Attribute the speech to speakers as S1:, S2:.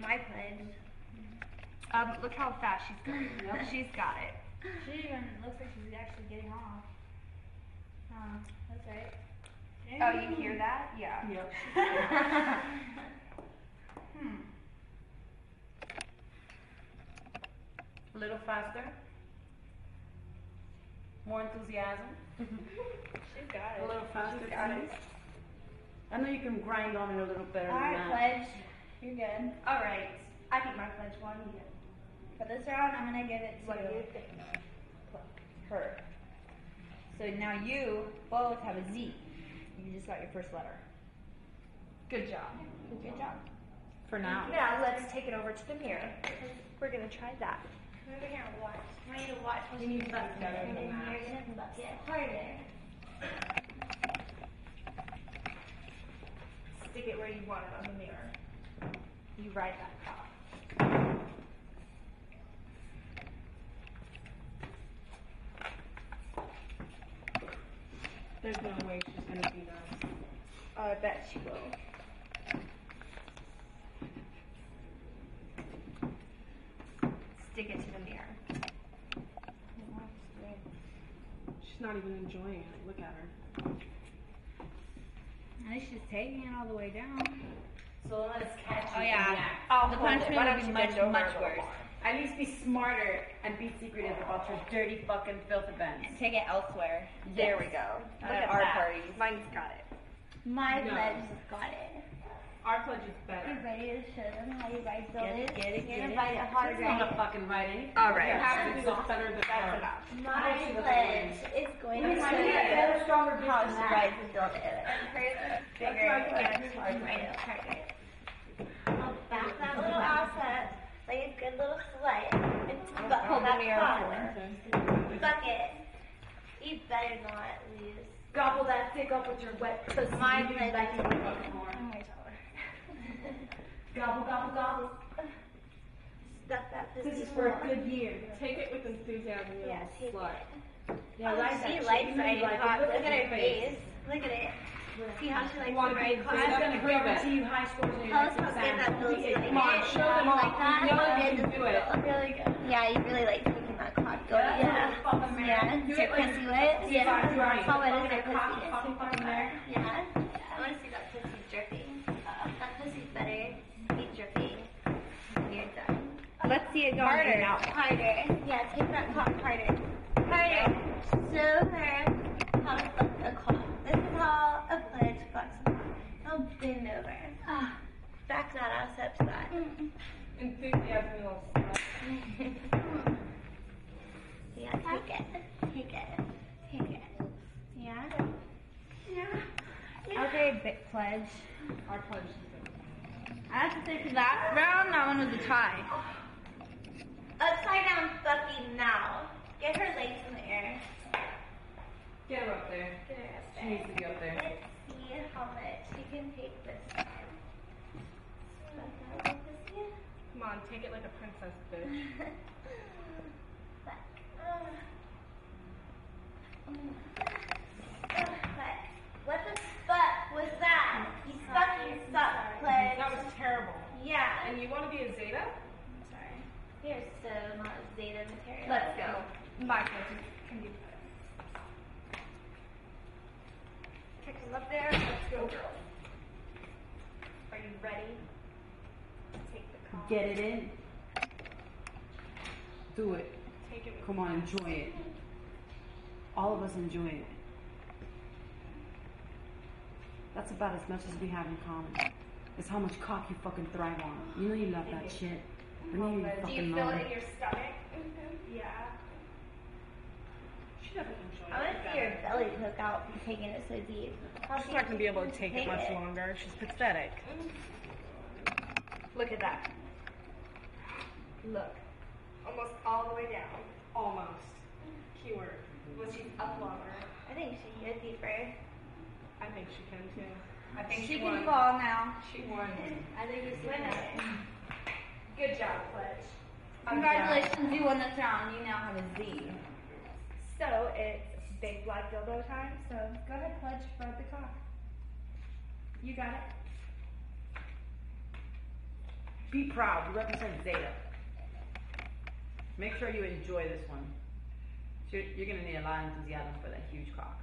S1: my pledge.
S2: Um, look how fast she's going. She's got it.
S1: She even looks like she's actually getting off. Huh, that's right.
S2: Oh, you hear that? Yeah.
S3: Yep.
S2: Hmm.
S3: A little faster. More enthusiasm.
S1: She's got
S3: A
S1: it.
S3: little faster,
S1: She's got
S3: please. I know you can grind on it a little better than
S1: Alright,
S3: that.
S1: pledge. You're good.
S2: All right. I think my pledge won. Yeah.
S1: For this round, I'm gonna give it to
S2: What do you think?
S1: her. So now you both have a Z. You just got your first letter.
S2: Good job.
S1: Good job.
S3: For now.
S2: Now let's take it over to the mirror. We're gonna try that.
S1: We're gonna watch. I need to watch when
S3: You need that better
S1: and
S3: than
S1: then
S3: that.
S1: you're gonna buck it harder.
S2: Stick it where you want it on the mirror. You ride that cop.
S3: There's no way she's gonna beat us.
S2: Oh, I bet she will. Stick it to the mirror.
S3: She's not even enjoying it. Look at her.
S1: I think she's taking it all the way down.
S3: So let's catch
S1: Oh yeah.
S2: I'll
S1: The
S2: hold it. Why don't
S1: punishment would be
S2: you
S1: much,
S2: bend over a
S1: much
S2: little
S1: worse.
S2: more?
S3: At least be smarter and be secretive about your dirty fucking filth events.
S1: Take it elsewhere.
S2: There we go.
S1: Look at that.
S2: Mine's got it.
S1: My
S3: No.
S1: pledge has got it.
S3: Our pledge is
S1: You
S3: better.
S1: ready to show them how you ride
S2: Get
S1: buildings?
S2: it, get it,
S1: You're
S2: get
S1: gonna
S2: it.
S1: ride it hard,
S3: She's not
S1: right?
S3: gonna fucking write anything.
S2: All right.
S3: Yeah, she's the center of the
S2: That's
S3: car.
S2: enough.
S1: My
S3: She doesn't
S1: pledge is going to show you
S3: stronger
S1: how to ride the building. And hers is bigger
S3: That's why I
S1: and hard right up target. I'll back that little ass up like a good little slut and buckle that collar. Bucket. You better not lose.
S3: Gobble that dick up with your wet pussy.
S1: My
S3: You
S1: pledge
S3: like
S1: is
S3: it when you fuck more.
S1: Oh my God.
S3: Gobble, gobble, gobble.
S1: Stuff that
S3: This
S1: pussy
S3: is for a
S1: full.
S3: good year. Take it with enthusiasm, you
S1: Yeah,
S3: little
S1: take
S3: slut.
S1: Oh, she likes riding hot. Look at her face. Look at it. See how she likes to
S3: want to
S1: ride
S3: be
S1: hot.
S3: gonna guarantee you high scores in
S1: Tell us how good that feels to
S3: Come on, show them all.
S1: like that.
S3: You know you can do it.
S1: Really good. Yeah, you really like making that cock go.
S3: Yeah.
S1: Yeah.
S3: Fucking
S1: Yeah.
S3: man.
S1: Do
S3: Do
S1: you
S3: it like-
S1: pussy wet?
S3: Yeah.
S1: Yeah.
S3: Right.
S1: How wet is
S3: Fucking
S1: your
S3: cock,
S1: pussy?
S3: fucking fucking there.
S1: Yeah. I want to see that pussy dripping. Uh, That pussy's better. Be dripping. You're done.
S2: Let's see it going
S1: Harder.
S2: in and out.
S1: Harder. Yeah, take that cock harder. Harder. Show her how to fuck a cock. This is how a pledge fucks a cock. Now Oh, bend over. Ah, back that ass up to that.
S3: Enthusiasm, you little slut.
S1: Yeah, take it. Take it. Take it. Yeah? Yeah.
S2: Okay, big pledge.
S3: Our pledge is
S2: I have to say for that round, that one was a tie.
S1: Upside down fucking now. Get her legs in the air.
S3: good. Get her up there.
S1: Get her up
S3: She
S1: there.
S3: needs to be up there.
S1: Let's see how much she can take this time. Fuck that little pussy.
S3: Come on, take it like a princess, bitch.
S1: Fuck. Ugh. Ugh, fuck. uh, What the fuck was that? You fucking suck, Pledge.
S3: That was terrible.
S1: Yeah.
S3: And you want to be a Zeta?
S1: Sorry. You're so not Zeta material.
S2: Let's go. My pledge can be better. Kick is up there. Let's go, girls. Are you ready? Take the call.
S3: Get it in. Do it. Take it. Come on, enjoy it. All of us enjoy it. That's about as much as we have in common. It's how much cock you fucking thrive on. You know you love that shit. I know you
S2: Do
S3: fucking
S2: you feel
S3: love
S2: it in
S3: it.
S2: your stomach? Yeah.
S3: She doesn't enjoy
S1: I want to see your belly poke out from taking it so deep. How
S3: She's
S1: deep
S3: not gonna
S1: do
S3: be
S1: you
S3: able to take it much longer. She's pathetic.
S2: Look at that. Look. Almost all the way down.
S3: Almost. Keyword.
S2: Well, she's up longer.
S1: I think she can go deeper.
S3: I think she can too. I
S2: She,
S3: think she,
S2: can
S3: won.
S2: fall now.
S3: She won.
S1: I think you should.
S2: Win it. Good job, Pledge.
S3: I'm
S2: Congratulations, you won this round. You now have a Z. So it's big black dildo time. So go ahead, Pledge, rub the cock. You got it.
S3: Be proud. You represent Zeta. Make sure you enjoy this one. So You're, you're going to need a lot of enthusiasm for that huge cock.